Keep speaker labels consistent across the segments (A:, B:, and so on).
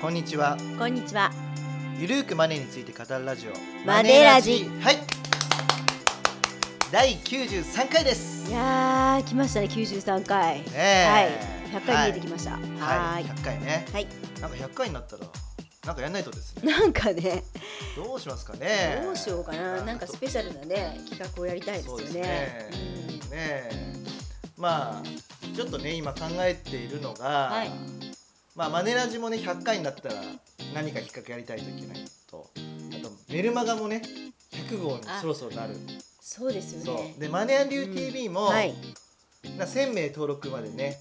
A: こんにちは。
B: こんにちは。
A: ゆるーくマネーについて語るラジオ。
B: マネラジ
A: はい。第93回です。
B: い
A: ね
B: やー、来ましたね、93回。はい
A: え。、
B: 100回見えてきました。は
A: は
B: ー
A: い。
B: い。
A: 100回ね。
B: はい。
A: なんか100回になったらなんかやんないとですね。
B: なんかね、
A: どうしますかね。
B: どうしようかな、なんかスペシャル
A: ね
B: なね、企画をやりたいですよ
A: そうです
B: ね
A: ね。え。まあちょっとね今考えているのが、
B: はい
A: まあマネラジもね100回になったら何か企画やりたいといけないのと、あとメルマガもね100号にそろそろなる。
B: そうですよね
A: そう。でマネアンリュー TV も、
B: はい。
A: な1000名登録までね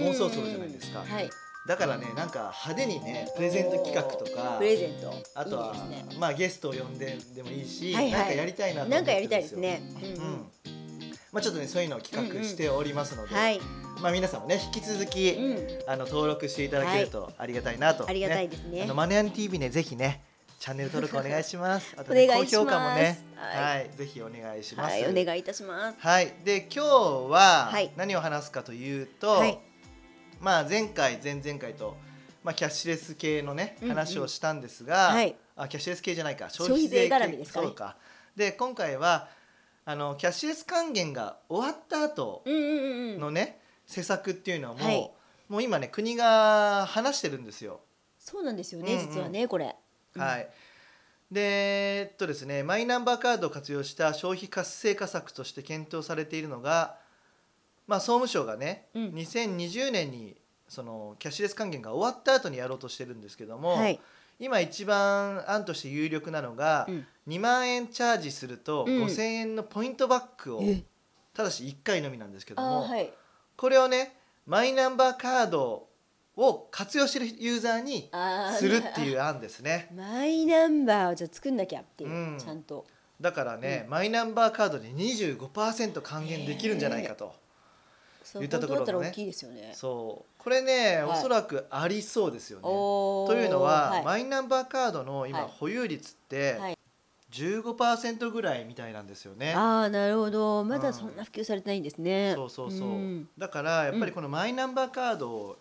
A: もうそろそろじゃないですか、
B: うんはい。
A: だからねなんか派手にねプレゼント企画とか
B: プレゼント。
A: あとはい
B: いですね
A: まあ、ゲストを呼んででもいいし、
B: はいはい
A: なんかやりたいなと思
B: な
A: っ
B: んかや
A: てる
B: り
A: ん
B: たい
A: で
B: ですす
A: よ。
B: ね。
A: う
B: うんんうん
A: まあ、ちょっとねそういうのを企画しておりますので、
B: はい。
A: まあ、皆さんもね引き続き、
B: うん。
A: あの登録していただけるとありがたいなと、
B: ありがたいですね
A: あのマネアン TV ねぜひねチャンネル登録お願いし ます。あと
B: お願いします
A: 高評価もね、は、
B: はい
A: ぜひお願いします。
B: はい、お願いいたします。
A: はい、で今日は
B: はい
A: 何を話すかというと、
B: はい
A: まあ、前回前々回と、まあ、キャッシュレス系のね
B: うんうん
A: 話をしたんですが、
B: はい
A: あキャッシュレス系じゃないか
B: 消費税
A: 系
B: 絡みですかね
A: そうかで今回はあのキャッシュレス還元が終わった後
B: うんうんうんうん。
A: のね、施策っていうのはもう,、
B: はい
A: もう今ね国が話してるんですよ。
B: そうなんですよ
A: う
B: ね
A: んうん、
B: 実はね、これ。うん
A: はいでえっとですね、マイナンバーカードを活用した消費活性化策として検討されているのが、まあ、総務省がね、
B: うん
A: 2020年にそのキャッシュレス還元が終わった後にやろうとしてるんですけども、
B: はい。
A: 今一番案として有力なのが、
B: うん
A: 2万円チャージすると
B: うん
A: 5000円のポイントバックを、
B: え
A: ただし1回のみなんですけど
B: あ
A: も、
B: ー、はい。
A: これをねマイナンバーカードを活用してるユーザーに
B: あー
A: するっていう案ですね。
B: マイナンバーをじゃあ作んなきゃっていう、
A: うん
B: ちゃんと
A: だからね、
B: う
A: マイナンバーカードで25%還元できるんじゃないかと、
B: そう
A: 言ったところのね
B: 本当だったら大きいですよね。
A: そうこれね、
B: はい
A: おそらくありそうですよね。
B: おー
A: というのは、
B: はい
A: マイナンバーカードの今、
B: はい
A: 保有率って、
B: はい
A: 15%ぐらいみたいなんですよね。
B: ああなるほどまだそんな普及されてないんですね。
A: そうそうそう、
B: ん
A: だからやっぱりこのマイナンバーカードを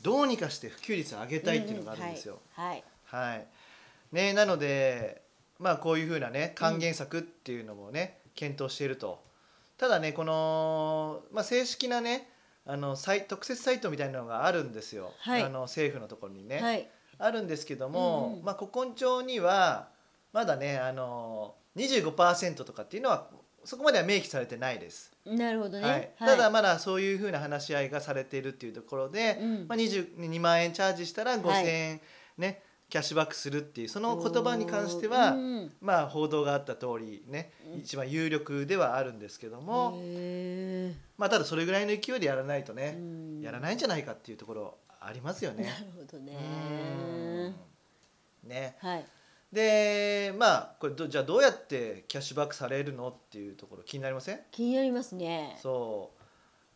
A: どうにかして普及率を上げたいっていうのがあるんですよ。
B: うんうんはい、
A: はいね、なので、まあ、こういうふうな、ね、還元策っていうのも、ね検討しているとただねこの、まあ、正式なねあのサイ特設サイトみたいなのがあるんですよ、
B: はい
A: あの政府のところにね、
B: はい
A: あるんですけども、
B: うんうん
A: まあ、古今町にはまだねあの25%とかっていうのはそこまでは明記されてないです、
B: なるほどね。
A: はい、ただまだそういうふうな話し合いがされているっていうところで、
B: うん
A: まあ、20 2万円チャージしたら
B: は
A: 5,000
B: い
A: 円、ねキャッシュバックするっていうその言葉に関しては、
B: うん
A: まあ、報道があった通りね、
B: うん
A: 一番有力ではあるんですけども、
B: へー
A: まあ、ただそれぐらいの勢いでやらないと
B: う
A: ね、
B: ん
A: やらないんじゃないかっていうところありますよね
B: な。るほどね。
A: うんね
B: はい
A: でまあこれどじゃあどうやってキャッシュバックされるのっていうところ気になりません
B: 気になりますね。
A: そう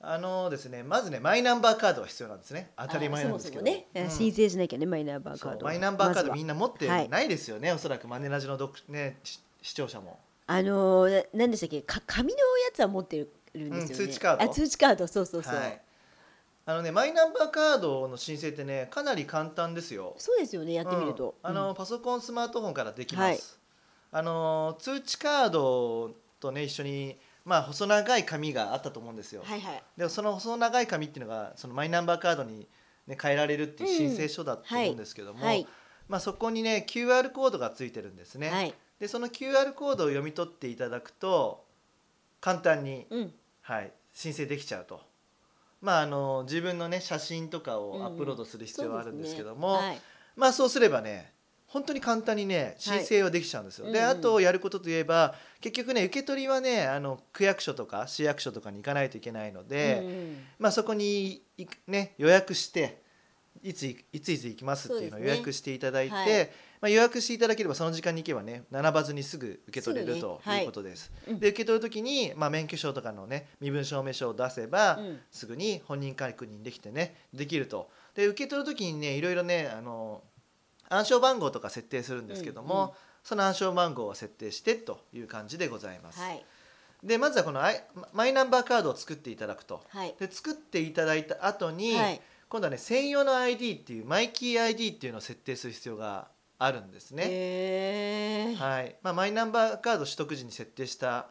A: あのですねまずねマイナンバーカードが必要なんですね当たり前なんですけど
B: あそもそもね、
A: うん
B: 申請しなきゃねマイナンバーカ
A: そ
B: ー
A: う
B: ド。
A: マイナンバーカードみん
B: な。
A: な持って
B: はい
A: ないですよね、おそらくマネラジの読、ね、し視聴者も
B: あのー、ななんでしたっけか紙のやつは持ってるんですよね。
A: うん通知カード
B: あ通知カードそうそうそう。
A: はいあのねマイナンバーカードの申請ってねかなり簡単ですよ
B: そうですよねやってみると。
A: うんあの、
B: うん
A: パソコンスマートフォンからできます、あの通知カードとね一緒にまあ細長い紙があったと思うんですよ、
B: はいはい。
A: でもその細長い紙っていうのがそのマイナンバーカードに、ね、変えられるっていう申請書だと思うんですけども、
B: はい
A: まあ、そこにね QR コードがついてるんですね、
B: はい。
A: でその QR コードを読み取っていただくと簡単に、
B: うん。
A: はい、申請できちゃうと。まあ、あの自分のね写真とか
B: うん
A: をアップロードする必要はあるんですけども、
B: そうですねはい
A: まあそうすればね本当に簡単にね申請はできちゃうんですよ、
B: はい
A: で
B: うんうん
A: あとやることといえば結局ね受け取りはねあの区役所とか市役所とかに行かないといけないので、
B: うんうん
A: まあ、そこに行く、ね、予約していついいついつ行きますっていうの
B: そう
A: を
B: です
A: 予
B: ね
A: 約していただいて、
B: はい
A: まあ、予約していただければその時間に行けばね並ばずにすぐ受け取れる、
B: すぐ
A: と
B: ねはい
A: いうことです。
B: うん
A: で受け取る時に、まあ、免許証とかのね身分証明書を出せば、
B: うん
A: すぐに本人確認できてねできると。で受け取る時にねいろいろねあの暗証番号とか設定するんですけども、
B: うんうん
A: その暗証番号は設定してという感じでございます。
B: はい
A: でまずはこのアイマイナンバーカードを作っていただくと。
B: はい
A: で作っていただいた後に、
B: はい
A: 今度はね専用の ID っていうマイキー ID っていうのを設定する必要があるんですね。
B: えー
A: はいまあ、マイナンバーカード取得時に設定した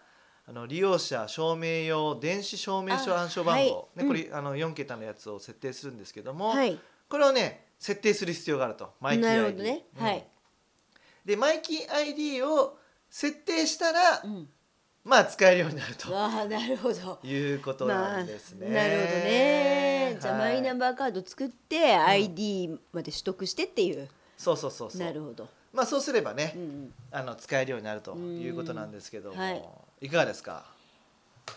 A: あの利用者証明用電子証明書
B: あ
A: 暗証番号、
B: はい
A: ねこれ、あの4桁のやつを設定するんですけども、
B: はい
A: これをね設定する必要があるとマイキー
B: な
A: ID
B: るほどね
A: うん
B: はい
A: でマイキー ID を設定したら、
B: うん
A: まあ使えるようになると
B: ああなるほど
A: いうこと
B: ま
A: な
B: あ、
A: んですね、
B: なるほどね。じゃあ、マイナン
A: バー
B: バーカード作って ID まで取得してっていう。
A: そうそうそうそ
B: な
A: う
B: るほど。
A: まあそうすればね、
B: うんうん。
A: あの使えるようになるということなんですけども、、
B: うんはい
A: かがですか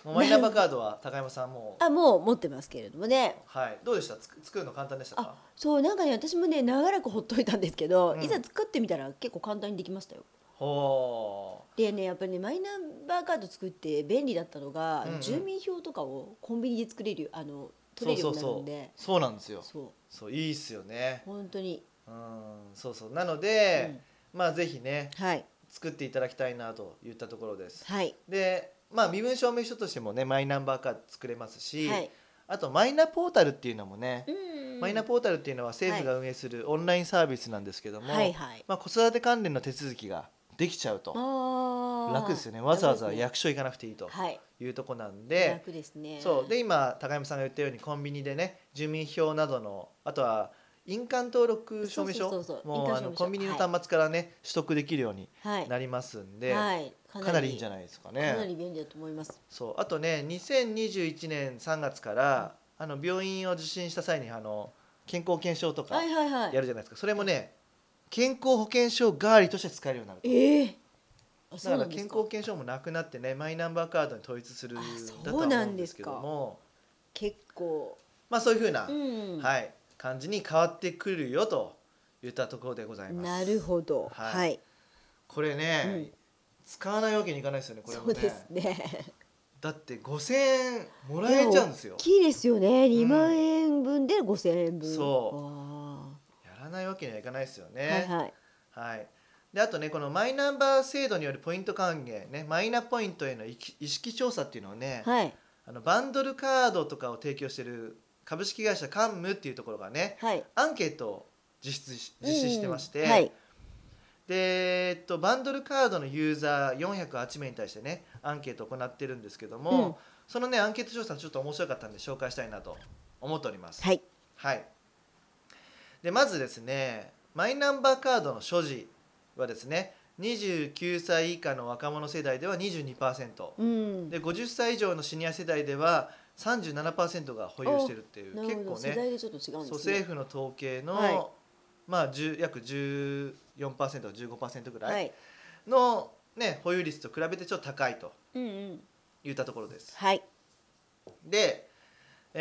A: もうマイナンバーカードは高山さんもう
B: あ、もう持ってますけれどもね。
A: はいどうでしたつく作るの簡単でしたか
B: あ、そうなんかね私もね長らくほっといたんですけど、
A: うん
B: いざ作ってみたら結構簡単にできましたよ。
A: ほ
B: でねやっぱりねマイナンバーカード作って便利だったのが、
A: うんうん
B: 住民票とかをコンビニで作れるあの
A: う
B: 取れるようになるん
A: そうそう
B: で、
A: そうそうなんですよ
B: そう
A: そういいっすよね
B: 本当に、
A: うんそうそうなので、まあぜひね
B: うんはい
A: 作っていただきたいなといったところです
B: はい
A: でまあ身分証明書としてもねマイナンバーカード作れますし、
B: はい。
A: あとマイナポータルっていうのもね、
B: うん
A: マイナポータルっていうのは政府が運営するオンラインサービスなんですけども、
B: はいはい。
A: まあ、子育て関連の手続きができちゃうと
B: あ
A: 楽ですよねわざわざ役所行かなくていいと
B: はい、
A: いうとこなんで、
B: 楽ですね。
A: そうで今高山さんが言ったようにコンビニでね住民票などのあとは印鑑登録証明
B: そう
A: 書
B: そうそうそう
A: も
B: 印
A: う
B: 鑑
A: あ
B: 証明書
A: のコンビニの端末からね、取得できるように
B: はい、
A: なりますんで、
B: はい、か
A: かなりいいんじゃ
B: ない
A: ないですか
B: かな
A: ね。
B: り便利だと思います。
A: そうあとね2021年3月からあの病院を受診した際にあの健康検証とか
B: はいはいはい。
A: やるじゃないですかそれもね健康保険証代わりとして使えるようになると。
B: ええあ、
A: だ
B: そ
A: か
B: うな
A: ら
B: んです
A: 健
B: か
A: 康。保険証もなくなってねマイナンバーカードに統一する
B: あ
A: だとは
B: そう
A: 思
B: な
A: うんんで
B: ですす
A: け
B: か
A: ども
B: 結構、
A: まあそういうふうな、
B: うん、
A: はい、感じに変わってくるよと言ったところでございます。
B: なるほど、
A: は
B: はいい、
A: これね、
B: うん
A: 使わないわけにいかないですよねこれ
B: そ
A: も
B: う
A: ね
B: ですね。
A: だって5000円もらえちゃうんですよ
B: 大。きいですよね、二万円分で五千円分。
A: そう
B: あ
A: やらないわけにはいかないですよ
B: ーはい
A: ね。
B: はい、
A: はいであとねこのマイナンバー制度によるポイント還元ねマイナポイントへの意識意識調査っていうのをね、
B: はい、
A: あのバンドルカードとかを提供している株式会社カンムっていうところがね
B: はい。
A: アンケートを実施し実施してまして、
B: うんはい、
A: で、えっと、バンドルカードのユーザー408名に対してねアンケートを行ってるんですけども、
B: うん
A: そのねアンケート調査ちょっと面白かったんで紹介したいなと思っております。
B: はい、
A: はい、でまずですねマイナンバーカードの所持はですね29歳以下の若者世代では22%。
B: うん。
A: で50歳以上のシニア世代では37%が保有してるっていう
B: なる
A: 結
B: ほど、
A: 構
B: 世
A: ね
B: 代でちょっと違うん
A: そう
B: ですね。
A: 政府の統計の、
B: はい
A: まあ、10約14%か15%ぐら
B: はいい、
A: の、ね、保有率と比べてちょっと高いと
B: うんうん、
A: いったところです。
B: はい、
A: で、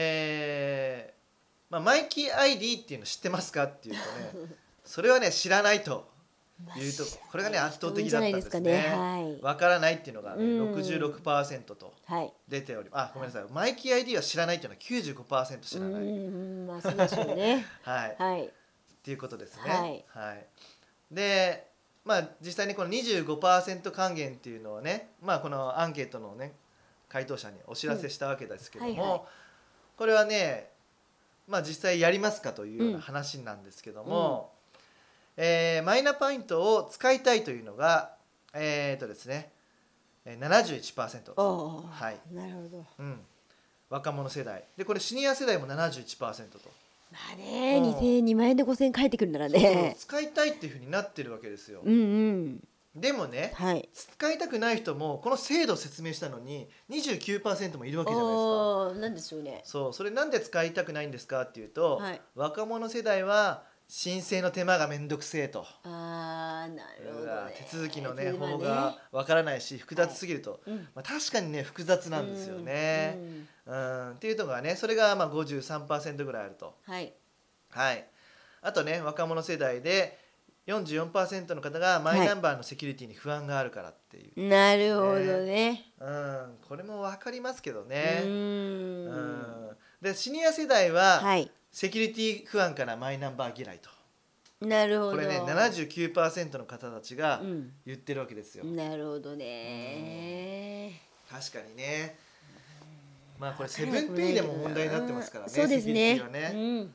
A: えーまあ、マイキー ID っていうの知ってますかっていうと ねそれはね知らないというとこれがね圧倒的だったんです
B: 多いじゃない
A: ね。
B: ですかね
A: わからないっていうのが、ね、
B: うん
A: 66%と。
B: はい、はい。
A: 出ておりあごめんなさいマイキー ID は知らないというのは95%知らな
B: う
A: い、
B: んうん、まあそうでしょう ね。
A: はい、っ
B: はい。
A: ていうことですね。
B: はい
A: でまあ実際にこの25%還元っていうのをね、まあ、このアンケートのね回答者にお知らせしたわけですけども、
B: うんはいはい
A: これはね、まあ、実際やりますかというような話なんですけども、えーマイナポイントを使いたいというのがえー、っとですねえー71%。
B: おお。
A: はい。
B: なるほど。
A: うん、若者世代でこれシニア世代も71%と、
B: まあね、
A: うん
B: 二千二万円で五千円返ってくるなら
A: そう
B: ね。
A: 使いたいっていうふうになってるわけですよ、
B: うんうん。
A: でもね
B: はい。
A: 使いたくない人もこの制度を説明したのに29%もいるわけじゃないですか
B: おお、なんでしょうね。
A: そうそれなんで使いたくないんですかっていうと、
B: はい
A: 若者世代は申請の手間が面倒くせえと、
B: ああ、なるほ
A: う
B: ど
A: わ
B: ね。
A: 手続きのね
B: 手間
A: 方が。わからないし複雑すぎると、
B: うん。
A: まあ、確かにね複雑なんですよね
B: う、ん
A: うん、っていうのがねそれがまあ53%ぐらいあると。
B: はい。
A: はい、あとね若者世代で44%の方がマイナンバーのセキュリティに不安があるからっていう、
B: なるほどね。
A: うん、これも分かりますけど
B: う
A: ね、う
B: ーん。
A: ん、でシニア世代は
B: はい。
A: セキュリティ不安からマイナンバー嫌いと
B: なるほど。
A: これね79%の方たちが
B: うん。
A: 言ってるわけですよ、
B: なるほどね。
A: 確かにねまあこれセブンペイでも問題になってますからね
B: そうですね。
A: セキュリティはね、
B: うん。
A: うん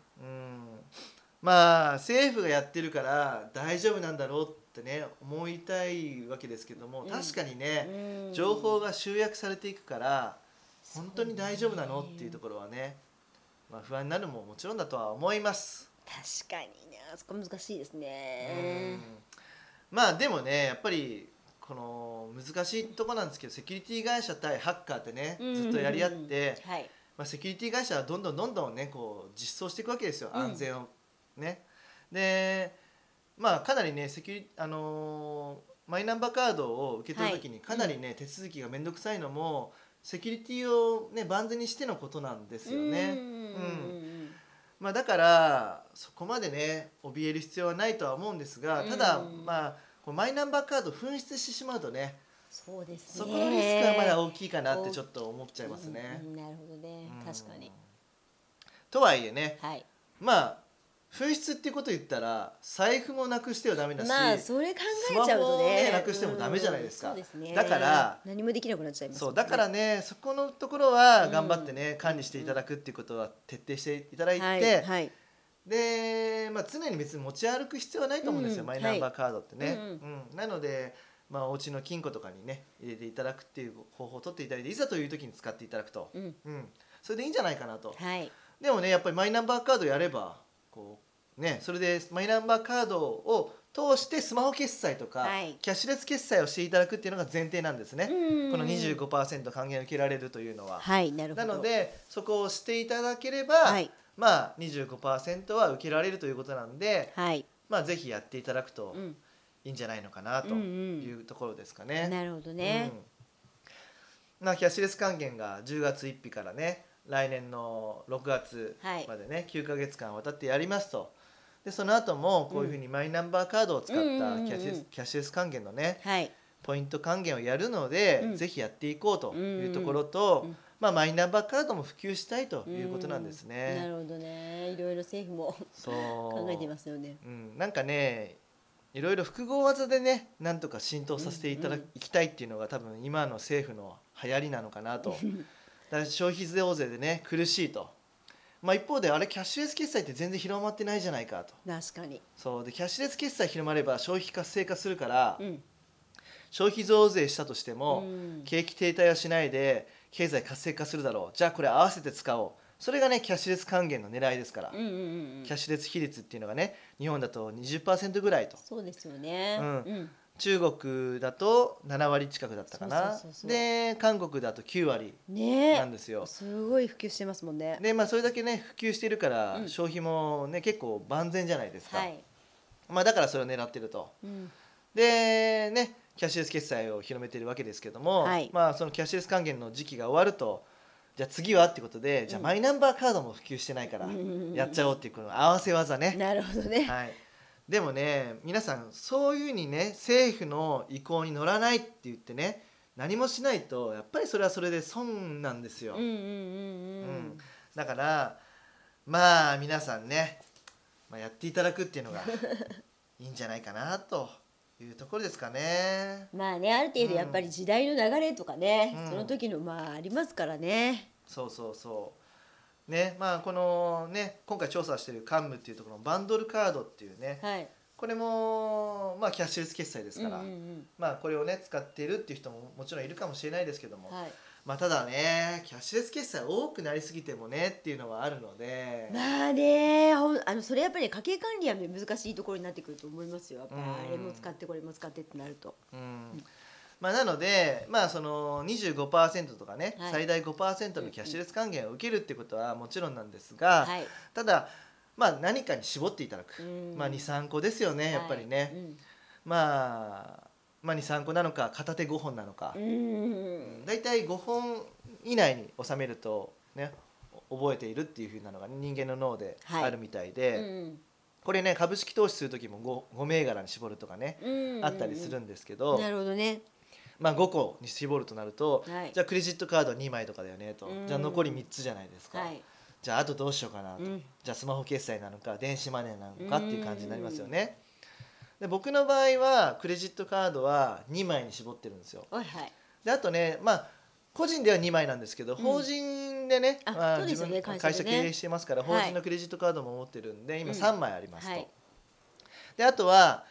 A: まあ政府がやってるから大丈夫なんだろうってね思いたいわけですけども、
B: うん
A: 確かにね、
B: うん
A: 情報が集約されていくから本当に大丈夫なのっていうところはね、まあ、不安になるのももちろんだとは思います。
B: 確かにねあそこ難しいです
A: う
B: ね
A: んまあでもねやっぱりこの難しいとこなんですけどセキュリティ会社対ハッカーってねずっとやり合って、
B: はい
A: まあ、セキュリティ会社はどんどんどんどんねこう実装していくわけですよ
B: うん
A: 安全を、ねでまあかなりねセキュリあのーマイナンバーカードを受け取るときにかなりね、手続きが面倒くさいのもセキュリティをね万全にしてのことなんですよね、
B: うんうんうん
A: まあ、だからそこまでね怯える必要はないとは思うんですがただ、
B: うん
A: まあこうマイナンバーカードを紛失してしまうとね
B: そうです
A: そ
B: ね
A: このリスクはまだ大きいかなってちょっと思っちゃいますね。
B: うんうんなるほどね
A: うん
B: 確かに。
A: とはいえね
B: はい
A: まあ紛失ってこと言ったら財布もなくしてはダメだし、
B: まあそれ考えちゃうと
A: スマホをね
B: ね
A: なくしてもダメじゃないですか
B: うんそうですね
A: だから
B: 何もできなくなっちゃいます
A: そ
B: も
A: うん
B: ね
A: だからねそこのところは頑張ってね、管理していただくっていうことは徹底していただいて、
B: はいはい
A: で、まあ、常に別に持ち歩く必要はないと思うんですよ、
B: うん
A: マイナンバーカードってね。
B: はい
A: うんなので、まあ、お家の金庫とかにね入れていただくっていう方法を取っていただいていざという時に使っていただくと、
B: うん
A: うん、それでいいんじゃないかなと。
B: はい
A: でもねやっぱりマイナンバーカードやればこう、ね、それでマイナンバーカードを通してスマホ決済とか、
B: はい
A: キャッシュレス決済をしていただくっていうのが前提なんですね。こ
B: こ
A: の25%還元受けられるというのは。
B: はいなるほ
A: な
B: ど
A: のでそこをしていただければ、
B: はい
A: まあ、25%は受けられるということなんで、
B: はい
A: まあ、ぜひやっていただくと
B: うん
A: いいんじゃないのかなと
B: うん
A: いうところですかね。
B: なるほどね
A: うんまあ、キャッシュレス還元が10月1日からね来年の6月
B: はい
A: までね、9か月間渡ってやりますとでその後もこういうふうにマイナンバーカードを使った
B: う
A: キ
B: んうんうんうん
A: ャッシュレスキャッシュレス還元のね
B: はい
A: ポイント還元をやるので、
B: うん
A: ぜひやっていこうというところと、
B: うんうん
A: まあ、マイナンバーカードも普及したいということなんです
B: うんな
A: ね。
B: るほどねいろいろ政府も
A: そう
B: 考えてますよね
A: うん、なんかねいろいろ複合技でねなんとか浸透させていただ
B: うんうん
A: きたいっていうのが多分今の政府の流行りなのか なとだから消費増税でね苦しいと、まあ、一方であれキャッシュレス決済って全然広まってないじゃないかと
B: 確かに
A: そうでキャッシュレス決済広まれば消費活性化するから、
B: うん
A: 消費増税したとしても、
B: うん
A: 景気停滞はしないで経済活性化するだろうじゃあこれ合わせて使おうそれがねキャッシュレス還元の狙いですから、
B: うんうんうんうん
A: キャッシュレス比率っていうのがね日本だと20%ぐらいと
B: そうですよね
A: うん
B: うん
A: 中国だと7割近くだったかな
B: そうそうそうそう
A: で韓国だと9割
B: ね
A: なん
B: え
A: ですよ、
B: すごい普及してますもんね
A: でまあそれだけね普及してるから
B: うん
A: 消費もね、結構万全じゃないですか、
B: はい
A: まあ、だからそれを狙ってると
B: うん
A: でねキャッシュレス決済を広めてるわけですけども、
B: はい
A: まあそのキャッシュレス還元の時期が終わるとじゃあ次はってことで、じゃあマイナンバーカードも普及してないから
B: うんうんうんうん
A: やっちゃおうっていうこの合わせ技ね、
B: なるほどね
A: はい、でもね皆さんそういうふうにね政府の意向に乗らないって言ってね何もしないとやっぱりそれはそれで損なんですよ、
B: うんうんうん
A: うんだからまあ皆さんね、まあ、やっていただくって いうのがいいんじゃないかなというところですかね
B: うんまあねある程度やっぱり時代の流れとかね、
A: うん
B: その時のまあありますからね
A: そうそうそうねまあこのね今回調査している幹部っていうところのバンドルカードっていうね
B: はい
A: これもまあキャッシュレス決済ですから、
B: うんうん
A: まあ、これをね使っているっていう人ももちろんいるかもしれないですけど
B: う
A: も、
B: んはい
A: まあ、ただねキャッシュレス決済多くなりすぎてもねっていうのはあるので、
B: まあねほんあのそれやっぱり家計管理はね難しいところになってくると思いますよやっぱり
A: うん
B: あれも使ってこれも使ってってなると
A: うんまあ、なので、まあ、その25%とかね、
B: はい
A: 最大5%のキャッシュレス還元を受けるってことはもちろんなんですが、
B: はい
A: ただ、まあ、何かに絞っていただく、
B: うん
A: まあ、23個ですよねやっぱりね、まあ、まあ23個なのか片手5本なのか
B: はい、うんうん
A: 大体5本以内に収めるとねお覚えているっていう風なのが人間の脳で
B: はい
A: あるみたいで、
B: うん
A: これね株式投資する時も 5, 5銘柄に絞るとかね、
B: うん
A: あったりするんですけど、
B: なるほどね
A: まあ、5個に絞るとなると、
B: はい
A: じゃあクレジットカード2枚とかだよねと、
B: うん
A: じゃあ残り3つじゃないですか、
B: はい
A: じゃああとどうしようかなと、
B: うん
A: じゃあスマホ決済なのか電子マネーなのかっていう感じになりますよね。で僕の場合はクレジットカードは2枚に絞ってるんですよ。
B: はいはい
A: であとねまあ個人では2枚なんですけど
B: ん
A: 法人分でね、
B: あ
A: まあ
B: そうですよね
A: 自分
B: 会
A: 会
B: 社
A: 社
B: で
A: 経
B: ね
A: 営してますから、
B: はい
A: 法人のクレジットカードも持ってるんで今
B: うん
A: 3枚ありますと、
B: はい
A: であとは、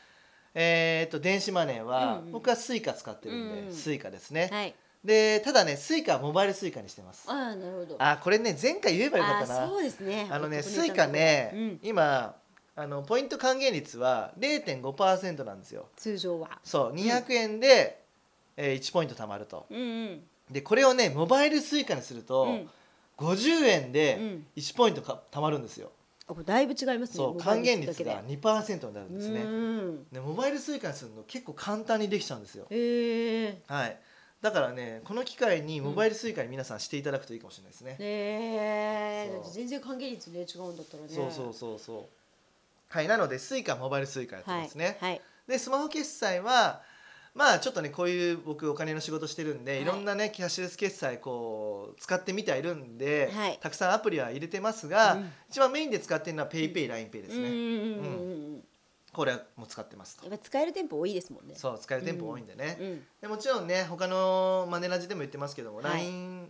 A: えー、と電子マネーは、
B: うんうん
A: 僕はスイカ使ってるんで、
B: うんうん
A: スイカですね、
B: はい。
A: でただねスイカはモバイルスイカにしてます
B: ああ、なるほど。
A: あこれね前回言えばよか
B: あ
A: っ
B: ー、
A: たな
B: そうですね。
A: あのね
B: ここ
A: スイカね、
B: うん
A: 今あのポイント還元率は0.5%なんですよ
B: 通常は。
A: そう200円で、えー1ポイント貯まると
B: うんうん。
A: でこれをねモバイルスイカにすると、
B: うん
A: 50円
B: う
A: で
B: ん。
A: 1ポイントか貯まるんですよ、
B: あこれだいぶ違いますね。
A: そう
B: モバイ
A: 還
B: ル
A: 元
B: だけ
A: 率
B: で
A: が2%になるんです
B: う
A: ね
B: ん。
A: でモバイルスイカにするの結構簡単にできちゃうんですよ
B: へえ。
A: はいだからねこの機会にモバイルスイカに皆さんしていただくといいかもしれないですね、
B: ねえ
A: そう
B: だって全然還元率ね違うんだったらね
A: そうそうそうそうはいなのでスイカモバイルスイカやって
B: はい
A: ますね、
B: はい
A: でスマホ決済はまあちょっとねこういう僕お金の仕事してるんで、
B: はい
A: い、ろんなねキャッシュレス決済こう使ってみてはいるんで、
B: はい
A: たくさんアプリは入れてますが、
B: うん
A: 一番メインで使ってるのは PayPayLINEPay です
B: うん
A: ね、
B: うんうんうんうん
A: これはもう使ってますと
B: やっぱ使える店舗多いですもんね
A: そう使える店舗多いんでね、
B: うん
A: でもちろんね他のマネラジでも言ってますけども、
B: はい
A: LINE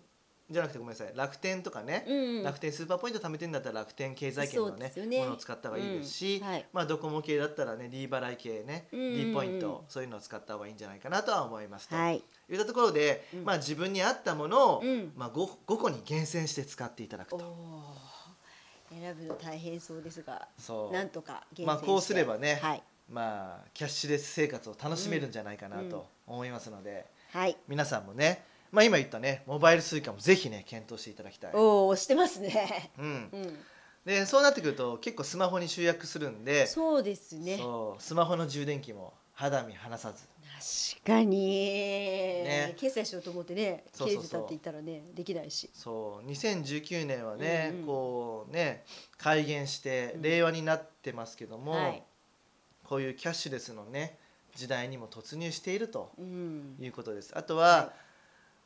A: じゃなくてごめんなさい楽天とかね、
B: うん
A: 楽天スーパーポイント貯めてんだったら楽天経済圏の
B: そうで
A: ね
B: すよね
A: ものを使った方がいいですし、
B: うんはい
A: まあ、ドコモ系だったらね D 払い系ね、
B: うんうんうん
A: D ポイントそういうのを使った方がいいんじゃないかなとは思いますと、、
B: はいい
A: ったところで、
B: うん
A: まあ、自分に合ったものを、
B: うん
A: まあ、5, 5個に厳選して使っていただく
B: お
A: と
B: ー選ぶの大変そうですが
A: そう
B: なんとか厳選して
A: まあこうすればね
B: はい
A: まあ、キャッシュレス生活を楽しめるんじゃないかなと思いますので、
B: はい
A: 皆さんもね、まあ、今言ったねモバイルスイカもぜひね検討していただきたい。
B: おおしてますね
A: うん
B: う、ん
A: でそうなってくると結構スマホに集約するんで
B: そうですね
A: そうスマホの充電器も肌身離さず
B: 確かに
A: ね
B: 決済しようと思ってね
A: そう
B: 経
A: そうそう
B: 理だって言ったらねできないし
A: そう2019年はね、
B: うんうん
A: こうね改元して
B: うん
A: 令和になってますけども、
B: はい
A: こういうキャッシュレスのね時代にも突入していると
B: うん
A: いうことですあとは、
B: は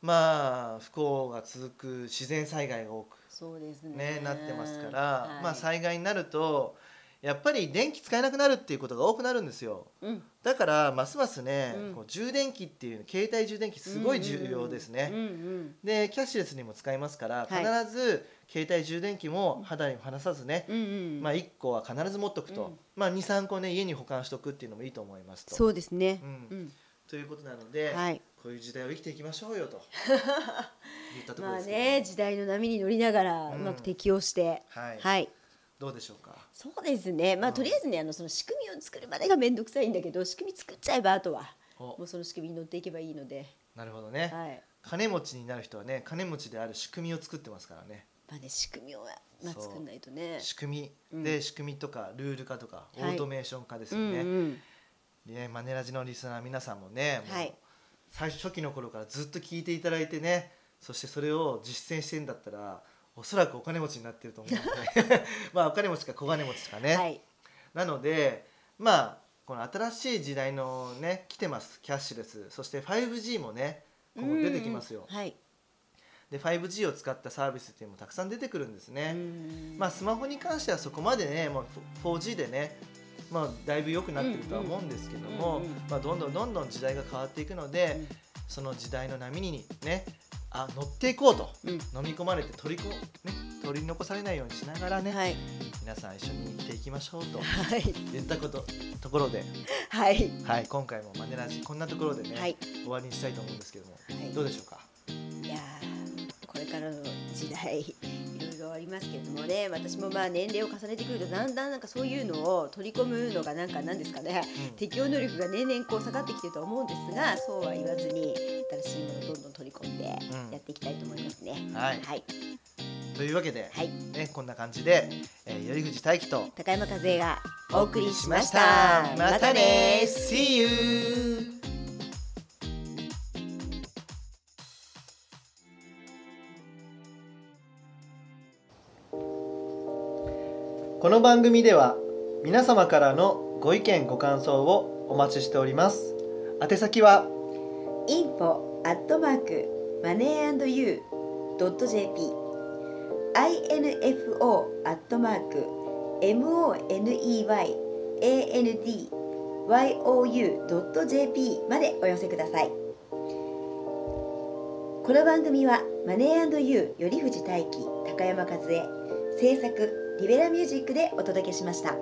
A: まあ不幸が続く自然災害が多く、
B: そうですね
A: ねなってますから、
B: はい
A: まあ災害になるとやっぱり電気使えなくなるっていうことが多くなるんですよ。
B: うん
A: だからますますね、
B: うん
A: こう充電器っていう携帯充電器すごい重要ですね、
B: うんうん
A: でキャッシュレスにも使えますから必
B: は
A: ず携帯充電器も肌に離さずね、
B: うんうんうん
A: まあ、1個は必ず持っとくと、
B: うん
A: まあ、23個ね家に保管しておくっていうのもいいと思いますと。
B: そうですね
A: う。、
B: うんん、
A: ということなので、
B: はい。
A: こういう時代を生きていきましょうよ と言ったところ
B: まあ
A: ですけど、
B: ね、時代の波に乗りながら、
A: う
B: うんまく適応して。
A: はい
B: はい。
A: どうでしょうか。
B: そうですね。
A: う
B: まあ、
A: ん
B: とりあえずね、あの、その仕組みを作るまでが面倒くさいんだけど、仕組み作っちゃえば、あとは。も
A: お
B: うその仕組みに乗っていけばいいので。
A: なるほどね、
B: はい。
A: 金持ちになる人はね金持ちである仕組みを作ってますからね
B: まあね、仕組みを、まあ、
A: そう
B: 作んないとね。
A: 仕組
B: うん
A: みで、仕組みとかルール化とかオ
B: はい
A: ートメーション化です
B: う
A: よね。
B: ん、うん。
A: ねマネラジのリスナー皆さんもね、もう
B: はい
A: 最初期の頃からずっと聞いていただいてねそしてそれを実践してんだったらおそらくお金持ちになってると思うので まあお金持ちか小金持ちかね、
B: はい。
A: なのでまあこの新しい時代のね来てますキャッシュレスそして 5G もね今後出てきますよ
B: うん、はい。
A: で 5G を使ったサービスっていうのもたくさん出てくるんですね、
B: うん
A: まあ、スマホに関してはそこまでね、まあ、フ 4G でね、まあ、だいぶ良くなってるとは思うんですけども、
B: うんうん
A: まあ、どんどんどんどん時代が変わっていくので、その時代の波にねあ乗っていこうと
B: うん。
A: 飲み込まれて取りこ、ね、取り残されないようにしながら
B: う
A: ね、
B: ん。はい。
A: 皆さん一緒に生きていきましょうと
B: はい。
A: 言ったことところで、
B: はい。
A: はい、今回も「マネラジ」こんなところでね、
B: はい。
A: 終わりにしたいと思うんですけども
B: はい
A: どうでしょうか
B: いやーこれからの時代いろいろありますけれどもね私もまあ年齢を重ねてくるとだんだんなんかそういうのを取り込むのがなんかなんですかね
A: うん
B: 適応能力が年々こう下がってきてるとは思うんですがそうは言わずに新しいものをどんどん取り込んで
A: うん
B: やっていきたいと思いますね。
A: はい
B: はい、
A: というわけで、
B: はい
A: ね、こんな感じで、えー、頼藤大樹と
B: 高山和恵がお
A: お
B: 送
A: 送
B: り
A: り
B: し
A: し
B: ま
A: ま
B: し
A: したた。
B: ま
A: ま
B: た
A: た
B: ね
A: ね See youこの番組では皆様からのご意見ご感想をお待ちしております宛先は
B: info アットマークマネー &you ドット JP info アットマーク moneyandyou ドット JP までお寄せくださいこの番組はマネーユー頼藤大輝高山和恵制作リベラミュージックでお届けしました。